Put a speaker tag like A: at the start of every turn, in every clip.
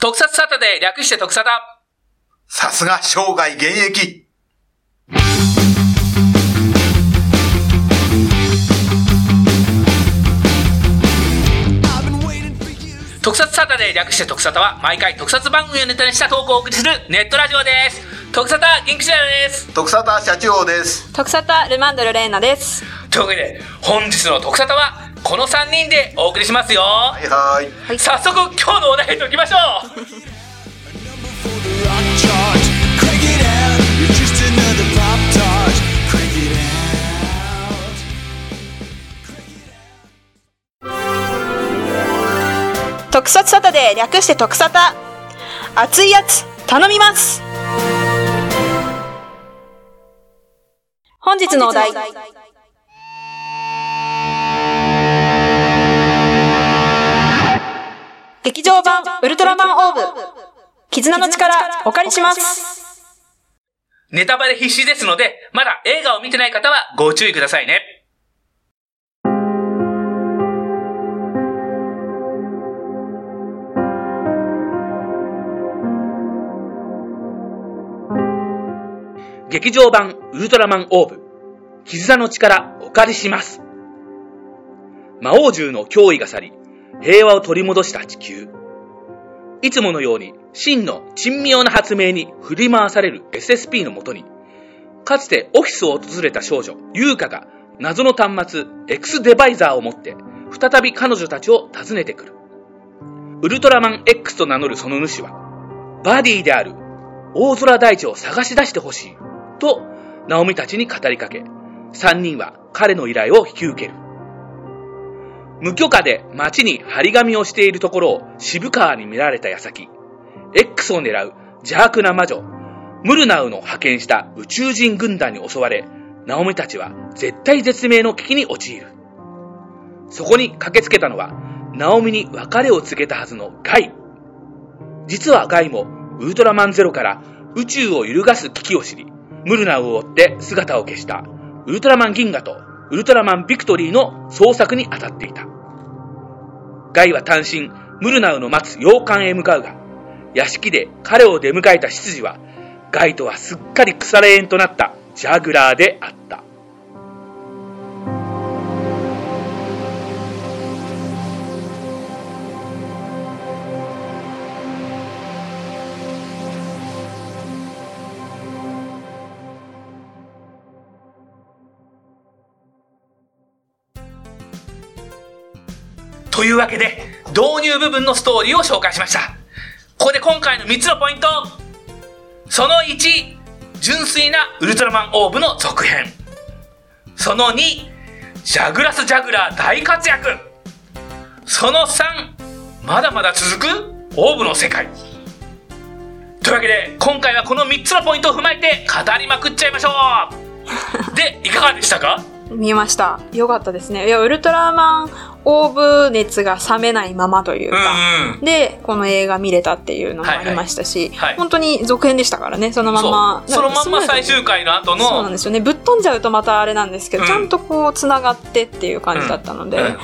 A: 特撮サタデー略して特サタ
B: さすが生涯現役
A: 特撮サタデー略して特サタは毎回特撮番組をネタにした投稿をお送りするネットラジオです特サタ元気じゃないです
B: 徳沙田社長です。
C: 特撮はルマンドルレーナです。
A: というわけで本日の特サタはこの3人でお送りしますよ
B: はいはい。
C: はい
A: 早速今日のお題へといきましょう
D: rock charge. Crank it out. You're just another pop tart. Crank it out.
C: 特撮サタデー略して特サタ。熱いやつ、頼みます本日のお題。劇場版ウルトラマンオーブ。絆の力、お借りします。
A: ネタバレ必至ですのでまだ映画を見てない方はご注意くださいね劇場版ウルトラマンオーブ絆の力お借りします魔王獣の脅威が去り平和を取り戻した地球いつものように真の珍妙な発明に振り回される SSP のもとにかつてオフィスを訪れた少女優香が謎の端末 X デバイザーを持って再び彼女たちを訪ねてくるウルトラマン X と名乗るその主はバディである大空大地を探し出してほしいとナオミたちに語りかけ3人は彼の依頼を引き受ける無許可で街に張り紙をしているところを渋川に見られた矢先 X を狙う邪悪な魔女ムルナウの派遣した宇宙人軍団に襲われナオミたちは絶体絶命の危機に陥るそこに駆けつけたのはナオミに別れを告げたはずのガイ実はガイもウルトラマンゼロから宇宙を揺るがす危機を知りムルナウを追って姿を消したウルトラマン銀河とウルトラマンビクトリーの捜索に当たっていたガイは単身ムルナウの待つ洋館へ向かうが屋敷で彼を出迎えた執事はガイとはすっかり腐れ縁となったジャグラーであったというわけで導入部分のストーリーを紹介しましたここで今回の3つのポイントその1純粋なウルトラマンオーブの続編その2ジャグラス・ジャグラー大活躍その3まだまだ続くオーブの世界というわけで今回はこの3つのポイントを踏まえて語りまくっちゃいましょ うでいかがでしたか
C: 見ました。よかったですね。いや、ウルトラマンオーブ熱が冷めないままという
A: うんう
C: か、
A: ん
C: でこの映画見れたっていうのもありましたし、
A: いはいはい
C: 本当に続編でしたからねそのまんま
A: そうそのまんま最
C: 後
A: 終回の後
C: そうなん
A: の
C: ですよねぶっ飛んじゃうとまたあれなんですけど、
A: うん
C: ちゃんとこうつながってっていう感じだったので、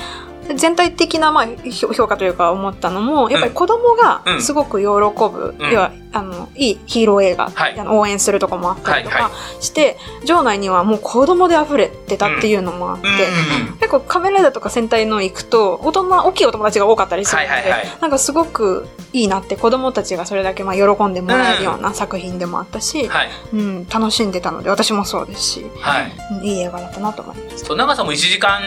C: 全体的なまあひょ評価というか思ったのもやっぱり子供
A: う
C: が
A: ん
C: すごく喜ぶ、
A: うん
C: 要はあのいいヒーロー映画、
A: はい
C: あの応援するとこもあったりと
A: はい
C: かして、場内にはもう子供で溢れてたっていうのもあって。
A: うんうん
C: 結構カメラだとか戦隊の行くと大人大きいお友達が多かったりするので、
A: はいはいはい
C: なんかすごくいいなって子供たちがそれだけまあ喜んでもらえるような作品でもあったし、
A: はい
C: うん、楽しんでたので私もそうですし、
A: はい
C: うんいい映画だったなと思いました。
A: そう長さも1時間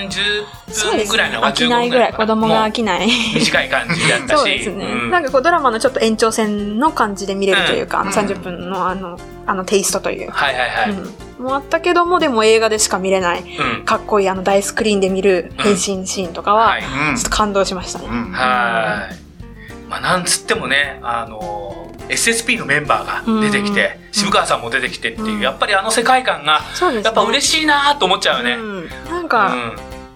A: 10分ぐらいなの
C: 飽
A: か
C: き
A: 15
C: ない
A: 分
C: ぐ
A: ぐ
C: ら
A: らい
C: い子供が飽
A: き
C: きない。
A: 短い感じだったし
C: そうですね、
A: うん
C: なんかこうドラマのちょっと延長線の感じで見れるというか、
A: うん
C: あの30分のあのあのテイストというか、
A: はいはいはい、
C: うん、もあったけどもでも映画でしか見れない
A: うん
C: かっこいいあの大スクリーンで見る変身シーンとか
A: は
C: は、
A: い
C: ち
B: うん
C: ょっと感動しましたね。
B: うん
A: はいまあなんつってもねあの SSP のメンバーが出てきて、
C: うん
A: 渋川さんも出てきてっていう、
C: うん
A: やっぱりあの世界観が
C: そうですね、
A: やっぱ嬉しいなと思っちゃうよね、うん
C: うん、なんか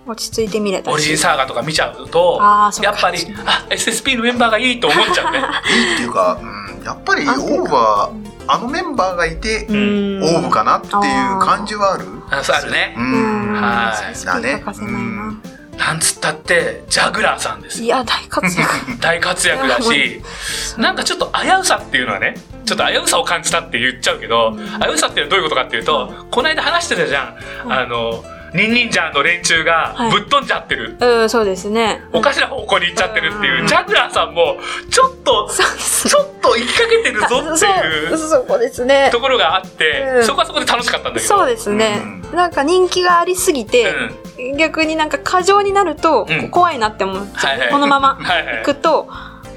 C: 落ち着いて見れたし
A: オリジンサーガとか見ちゃうと
C: あーそっか
A: やっぱりあ SSP のメンバーがいいと思っち ゃうね
B: いいっていうか、うん、やっぱりオ
C: 安定感
B: ーブはあのメンバーがいて、
C: うん
B: オーブかなっていう感じはある。
A: あそうあるね
B: う
C: うん
B: ん。
A: はい
C: そうですね
B: だね
C: 欠かせないな、
B: うん
A: なんつったって、ジャグラーさんです
C: い
A: よ。
C: や、大活躍。
A: 大活躍だし、なんかちょっと危うさっていうのはね、ちょっと危うさを感じたって言っちゃうけど、危うさっていうのはどういうことかっていうと、この間話してたじゃん。
C: うん
A: あの、ニンニンジャーの連中が
C: はい
A: ぶっ飛んじゃってる。
C: うん、そうですね。
A: おかしな方向に行っちゃってるっていうう、
C: ん
A: ジャグラーさんも、ちょっと、
C: そうです。
A: ちょっと行きかけてるぞってい
C: そう、
A: う
C: そこですね。
A: ところがあって、
C: うん
A: そこはそこで楽しかったんだけど。
C: そうですね。なんか人気がありすぎ
A: う
C: て、
A: ん
C: 逆になんか過剰になると、
A: うん
C: 怖いなって思っちゃう、
A: はいはい
C: このまま
A: はいはい
C: 行くと、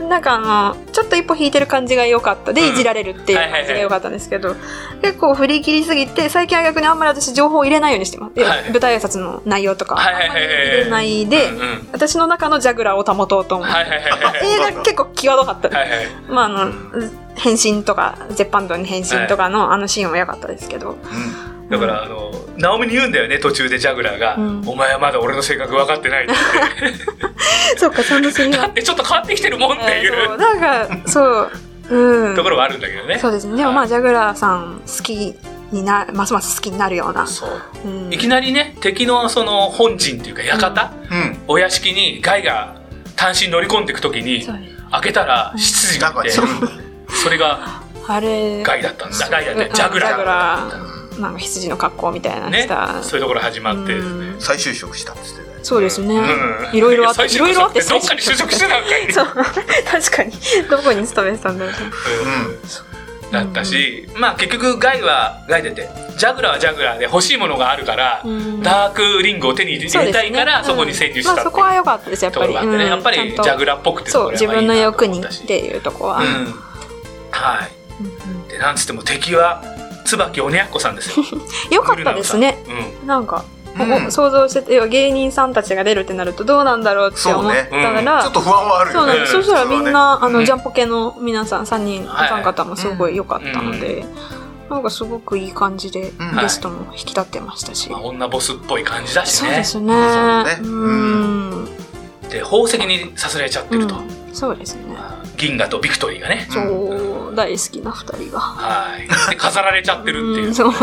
C: なんかあのちょっと一歩引いてる感じが良かったで、
A: うん
C: いじられるっていう
A: はいはいはい
C: 感じが良かったんですけど、結構振り切りすぎて最近は逆にあんまり私情報を入れないようにしてます、
A: はい
C: 舞台挨拶の内容とか、
A: はいはいはいはい
C: あんまり入れないで、
A: うんうん
C: 私の中のジャグラーを保とうと思う、
A: はいはいはいはいはい。
C: 映画結構際どかった、
A: はいはい。
C: まああの変身とか絶版道に変身とかのあのシーンは良かったですけど、
B: うん
A: だから、あの、ナオミに言うんだよね、途中でジャグラーが、
C: うん
A: お前はまだ俺の性格分かってないって言っ
C: そうかその次
A: て。 だ
C: は
A: ってちょっと変わってきてるもんってい
C: そう
A: う
C: なんかそうう ん
A: ところはあるんだけどね。
C: そうですね。でもま
A: は
C: あ、
A: い
C: ジャグラーさん好きにな、ますます好きになるような。
A: そう
C: うん
A: いきなりね、敵のその本陣っていうか館、
B: うん
A: お屋敷にガイが単身乗り込んでいくときに
C: そう、です
A: 開けたら執事
B: な
A: が
B: んか
A: いて、
B: ね
A: それが
C: あれ、
A: ガイだったんだ。ガイだね
C: う、ん
A: ジャグラ
C: ジャ
A: ー
C: グ
A: だ
C: ラーなんか羊の格好みたいなの
A: ね
C: した。。
A: そういうところ始まって。
C: うん
B: 再就職したって言ってたよね
C: そうですね
A: う。ん
C: いろいろあっ
A: 最
C: て、い
A: 終
C: ろいろあって、
A: どっかに就職してたんかい
C: そう。 確かに。どこに勤めてたんだろう。
A: だったし、まあ結局ガイはガイでてジャグラーはジャグラーで欲しいものがあるから、
C: うん
A: ダークリングを手に入
C: そう
A: れ
C: で
A: た
C: す
A: い
C: ね
A: からそ,、こに潜入した
C: うんま
A: って
C: あ、そこは良かったです、やっ
A: と
C: ぱ
A: こ
C: り。
A: ろがあってね、
C: うん
A: やっぱ
C: ちゃ
A: り
C: ん
A: ジ
C: と
A: ャグラーっぽくてと
C: そ
A: こ
C: う、
A: ろ
C: 自
A: がい
C: 分
A: いな
C: の
A: と
C: 欲
A: 思っ
C: に
A: たし
C: っていうとこは。
A: うんはい
C: うんうん
A: でなんつっても敵は椿鬼奴さん ですよ
C: 良かったですね。
A: グルナウさん
C: なんか、
B: うん
C: お想像してて要は芸人さんたちが出るってなるとどうなんだろうって思った
A: そうね
C: ら、
B: ちょっと不安はある
C: そ
B: よ
C: うなん
B: ね
C: です、そしたらみんな、あ
A: うん
C: のジャンポケの皆さん3人、
A: はい
C: お三方もすごい良かったので、なんかすごくいい感じで
B: うん
C: ゲストも引き立ってましたし、
A: まあ、女ボスっぽい感じだし
C: そう
A: ね
C: ですね
B: そうね
C: うん
A: で宝石にさせられちゃってると、
C: うんそうですね
A: 銀河とビクトリーがね、
C: そう大好きな2人が、
A: はいで飾られちゃってるっていう、
C: うんそう
A: はい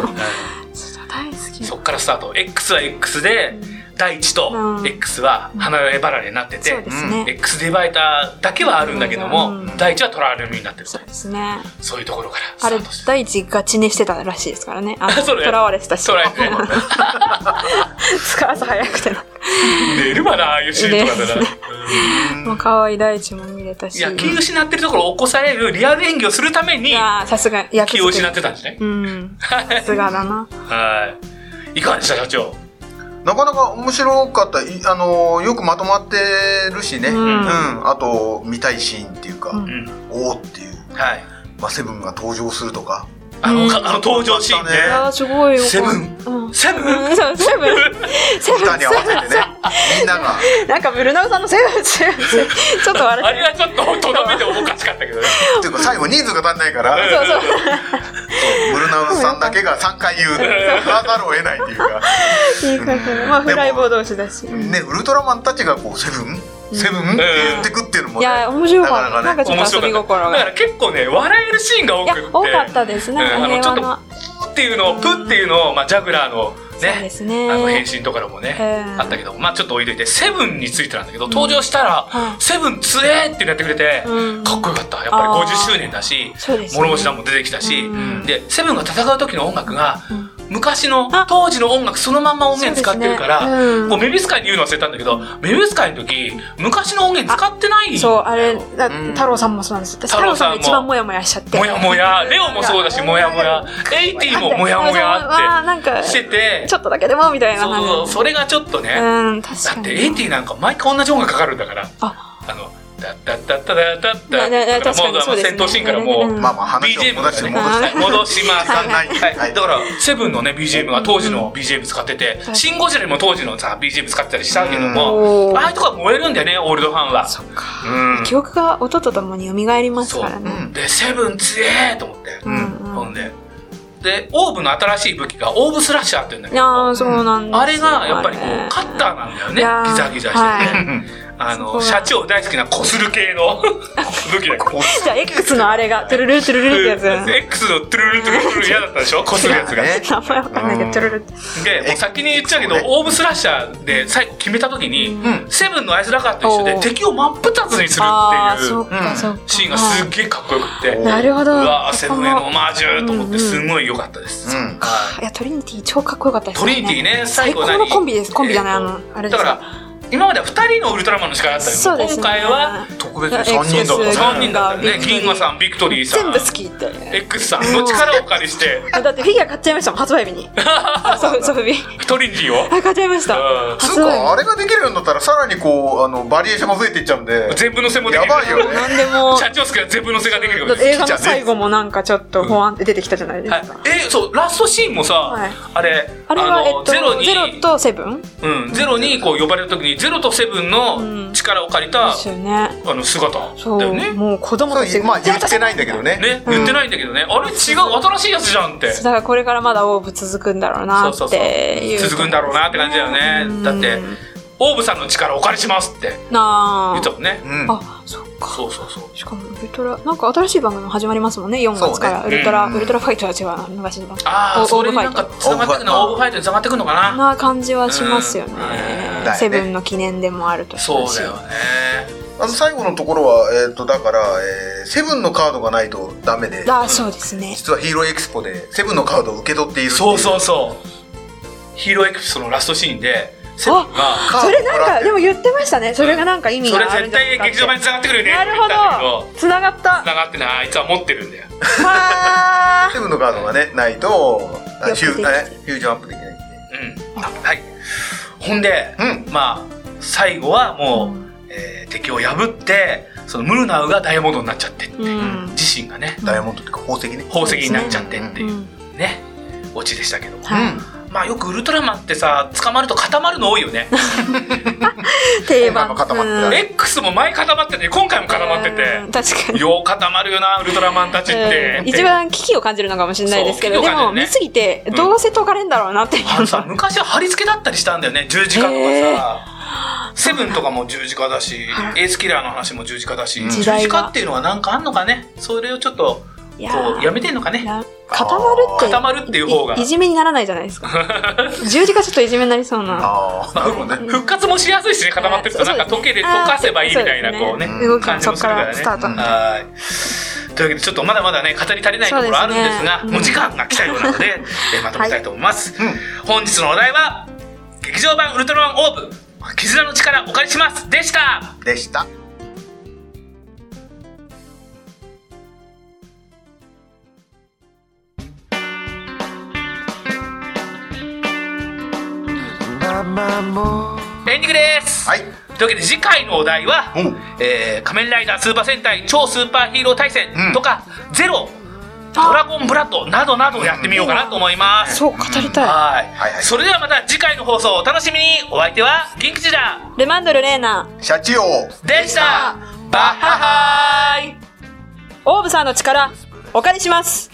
C: 大好き
A: そっからスタート X は X で、
C: うん
A: 第一と
C: うん
A: X は離れ離れになってて、
C: そうですね、
A: X デバイターだけはあるんだけども、
C: うん
A: 第一はトラルミになってると
C: そうですね
A: そういうところからスタ
C: あれ
A: ートして
C: 第一ガチ寝してたらしいですからねあの
A: そうね
C: 囚われてたし
A: トライね
C: 朝早くてな
A: 寝るまだああいうシーンとかだな、
C: ね
A: うん
C: もう可愛い大地も見れたし
A: いや気を失ってるところを起こされるリアル演技をするため
C: い
A: に
C: やーさすが役
A: 気を失っ
C: 作
A: てたんですね
C: りうんさすが だな
A: はいいかがでした社長
B: なかなか面白かったいあのーよくまとまってるしね、う
C: うんん
B: あと見たいシーンっていうか、
C: うん
A: うん
B: おおっていう、
A: はい
B: まあ、セブンが登場するとか
A: あの,、
C: うん
A: あの登場シーンね
B: よ
C: い
B: か
C: やーすごいよ
B: セブン
C: ンうん
A: セブン
C: うんそうセブ ンセブン
B: 歌に合わせてねみんなが
C: なんかブルナウさんのセブンセブン セブンちょっと
A: あ
C: 笑
A: れはちょっととどめてもおかしかったけどね
B: っていうか最後人数が足んないから
A: うん
C: そうそう
B: ブルナウスさんだけが3回言う言わざるを得ないっていうか
C: っていい感じまあフライボー同士だし
B: ねウルトラマンたちがこう「セブンセブン?」って言ってくっていうのも
C: い
B: ね
C: やー面白かった
B: なかなかね
C: なんかちょ
A: 面
C: っと
A: 白か
C: 遊
A: っ
C: び
A: た
C: 心
A: だか
C: が
A: ら結構ね笑えるシーンが多
C: いや
A: くって
C: 多かったですね
A: うんあの
C: 平
A: ちょっ
C: 和
A: と
C: な
A: っていうのをプっていうのを、まあ、ジャグラーの
C: そう
A: ね
C: ですね
A: あの変身とかでもね、
C: うん
A: あったけどまあちょっと置いといてセブンについてなんだけど登場したら「
C: は
A: セブンつえ!」ってなってくれて、
C: うん
A: かっこよかったやっぱり
C: あー
A: 50周年だし、
C: そうですね
A: 諸星さんも出てきたし、
C: うん
A: でセブンが戦う時の音楽が、
C: うん
A: 昔の
C: あ
A: 当時の音楽そのまんま音源使ってるから、
C: そうですねうん
A: こうメビス会に言うの忘れたんだけどメビス会の時昔の音源使ってないんだよ
C: そうあれだ
B: うん
C: 太郎さんもそうなんです私
A: 太
C: 太
A: 郎
C: 郎
A: さんも
C: さんが一番モヤモヤしちゃって
A: もやもや、レオもそうだし、もやもや、エイティももやもや
C: あなんか
A: ってしてて、
C: ちょっとだけでもみたいな
A: そう
C: 感じ
A: そう、それがちょっとね、
C: うん確
A: だ
C: か
A: っ
C: に
A: てエイティなんか毎回同じ音楽かかるんだから、
C: あ
A: あの、だったったっただったった
C: ななな確かに
A: も
C: そううです
A: 戦
C: ね
A: 闘シーンからもう、
B: まあまあ話を
A: BGM
B: 戻して
A: が
B: 戻
A: ね
B: して
C: 戻し
A: 戻
C: て
A: します。
B: 時間ない
A: はい、だから、セブンのね、BGM が当時
C: うんう
A: の BGM 使ってて、
C: はい
A: シン・ゴジラにも当時のさ、BGM 使ってたりしたけども
C: う、ん
A: ああいうとこは燃えるんだよね、オールドファンは。
C: そっか
A: うん。
C: 記憶が音とともに蘇りますから
B: う
C: ね
B: ん
A: で、セブン強えと思って。
C: うんうん
A: ほんで。で、オーブの新しい武器がオーブスラッシャーって言うんだけ
C: いや
A: ど、
C: ーそうなんですよ
A: あれがやっぱりこ
C: あれ
A: う、カッターなんだよね
C: いや。ー
A: ギザギザしてて。
B: うん
A: あ
C: そう
A: の、
C: なん
A: 社長大好きなこする系の武器だよ。
C: じゃあ X のあれがトゥルルトゥルル ってやつ
A: X のトゥルルルトゥルルルル嫌だったでしょこするやつが。
B: ね
C: 名前わかんないけ
B: うん
C: どトゥルルって
A: で、もう先に言っちゃうけど、オーブスラッシャーで最後決めた時に、セブンのアイスラガーと一緒で
C: おー
A: 敵を真っ二つにする
C: ああ
A: ってい
C: そうっかそっか
A: シーンがすっげえかっこよくって、
C: なるほ
A: う
C: ど
A: わーセブンへのオマージュと思っ
C: うん
A: て
C: うん
A: すごい良かったです。
B: うん
A: はい
C: いやトリニティ超かっこよかったです
A: ト
C: ね
A: リニティね、最
C: 最
A: 後
C: 高
A: 何
C: のコンビですコンビじゃない
A: え
C: あ
A: ー
C: のあれで
A: だ
C: す
A: から、今までは2人のウルトラマンの力だったけ
C: そう
A: ど、
C: ですね
A: 今回は特別に
B: 三人だから
A: 3人だったよね。銀河さ
C: ん
A: ん、ビクトリーさ
C: 全
A: ん
C: 部、好きって
A: X さんの力をお借りして、
C: だってフィギュア買っちゃいましたもん発売 日にソフソフビ
A: トリニティを
C: あ買っちゃいました
A: うん
B: つう
C: 発売
B: かあれができるようになったらさらにこうあのバリエーションが増えていっちゃうんで
A: 全部のせもでき
B: や
A: る。
B: ばいよね
C: なんでも
A: 社長好きな全部のせができるよ
C: だ
A: ね
C: って映画の最後もなんかちょっと保安って出てきたじゃないです
A: は
C: か、
A: い、えそうラストシーンもさ、
C: はい
A: あれ
C: あれは、
A: の
C: えっと、
A: ゼロに
C: ゼロとセブン
A: うん、ゼロにこう呼ばれた時にゼロとセブンの力を借り
C: で
A: た、
C: すよね。
A: あの姿
C: そう、
A: だよね。
C: もう子供
B: そ
C: たち
B: う
C: が
B: まあ言ってないんだけどね
A: ね、
C: うん
A: 言ってないんだけどね、あれ違う新しいやつじゃんって
C: だからこれからまだオーブ続くんだろうな
A: そう
C: っ
A: そう
C: ていう
A: 続くんだろうなって感じだよね、
C: うん
A: だってオーブさんの力お借りしますって
C: な
A: 言
C: あ
A: ったもんね、
B: うん
C: あそっか
A: そうそうそう
C: しかもウルトラなんか新しい番組も始まりますもんね4月から、
B: そう
A: ね
C: ウルトラ、
B: うん
C: ウルトラファイトは違うな昔の番組
A: ああ
C: オ
A: そ
C: オー
A: れ
C: ブ
A: に
C: ファ
A: なん
C: イト
A: か繋がってくのオーブファイトに繋がってくのかな
C: な感じはしますよね,、
A: うん
B: だよね
C: セブンの記念でもあるとし
A: そう
C: たし
A: だよね
B: あの最後のところはえっ、とだから、えーセブンのカードがないとダメで
C: ああそうですね
B: 実はヒーローエクスポでセブンのカードを受け取っているってい
A: そうそうそうヒーローエクスのラストシーンでセブンが
B: カード
C: そ
B: を
C: れなん
B: もらっ
C: か
B: て
C: でも言ってましたねそれがなんか意味
A: そ
C: が
A: れ
C: あるん
A: 絶
C: じゃない
A: 対
C: かって
A: 劇場版に繋がってくるよね
C: なる
A: って言ったんだけ
C: ほどつながった
A: 繋がってないあいつは持ってるんだよ
C: まあ
B: セブンのカードがねないとあ
C: よく
B: フュー
C: でき
B: え
C: て
B: フュージョンアップできないんで
A: うんあはいほんで、
B: うん
A: まあ最後はもう、えー敵を破ってそのムルナウがダイヤモンドになっちゃってっていう、
C: うん
A: 自身がね
B: ダイヤモンドっていうか宝石ね
A: 宝石になっちゃってって
C: う
A: いうんねオチでしたけど、
C: はい
A: まあよくウルトラマンってさ捕まると固まるの多いよ ね
C: 定番
B: 音楽固まってた
C: うん
A: X も前固まってて今回も固まって
C: うん
A: て
C: 確かに
A: よう固まるよなウルトラマンたちって、
C: うん一番危機を感じるのかもしれないですけ
A: そう
C: ど
A: 危
C: で
A: 機を感じ
C: も
A: るね
C: 見すぎて
A: ん
C: どうせ解かれんだろうなっていう
A: あのさ昔は貼り付けだったりしたんだよね十字架とかさ、セブンとかも十字架だしエースキラーの話も十字架だし十
C: 時代が
A: 字架っていうのはなんかあんのかねそれをちょっと
C: いや
A: こ
C: ー
A: うやめてんのかね
C: な固まるって
A: 固まるっていう方が
C: いいじめにならないじゃないで すか十字架ちょっといじめになりそうな
B: ああなるほどね
A: 復活もしやすいしね固まってると
C: そうそ
A: なん
C: う
A: か溶けて溶かせばいいみたいな
C: あー
A: こうね
C: そうですね動き
A: 感
C: が
A: じ
C: そ
A: も
C: こ
A: する
C: か
A: から
C: ら
A: ね
C: スタートなんで
A: はいというわけでちょっとまだまだね語り足りないところあるんですが
C: そうですねうん
A: もう時間が来たようなの でえーまとめたいと思います、本日のお題は「劇場版ウルトラマンオーブ絆の力お借りします」でした
B: でした
A: エンディングです、
B: はい
A: というわけで次回のお題は
B: おう
A: 「えー仮面ライダースーパー戦隊超スーパーヒーロー対戦
B: う」ん
A: とか「ゼロ」「ドラゴンブラッド」などなどやってみようかなと思います、
C: そう語りた
A: はい、
B: はいはい
A: それではまた次回の放送をお楽しみにお相手は銀吉だ
C: いルマンドルレーナ
B: 社長
A: でしたバッハハイ
C: ーオーブさんの力お借りします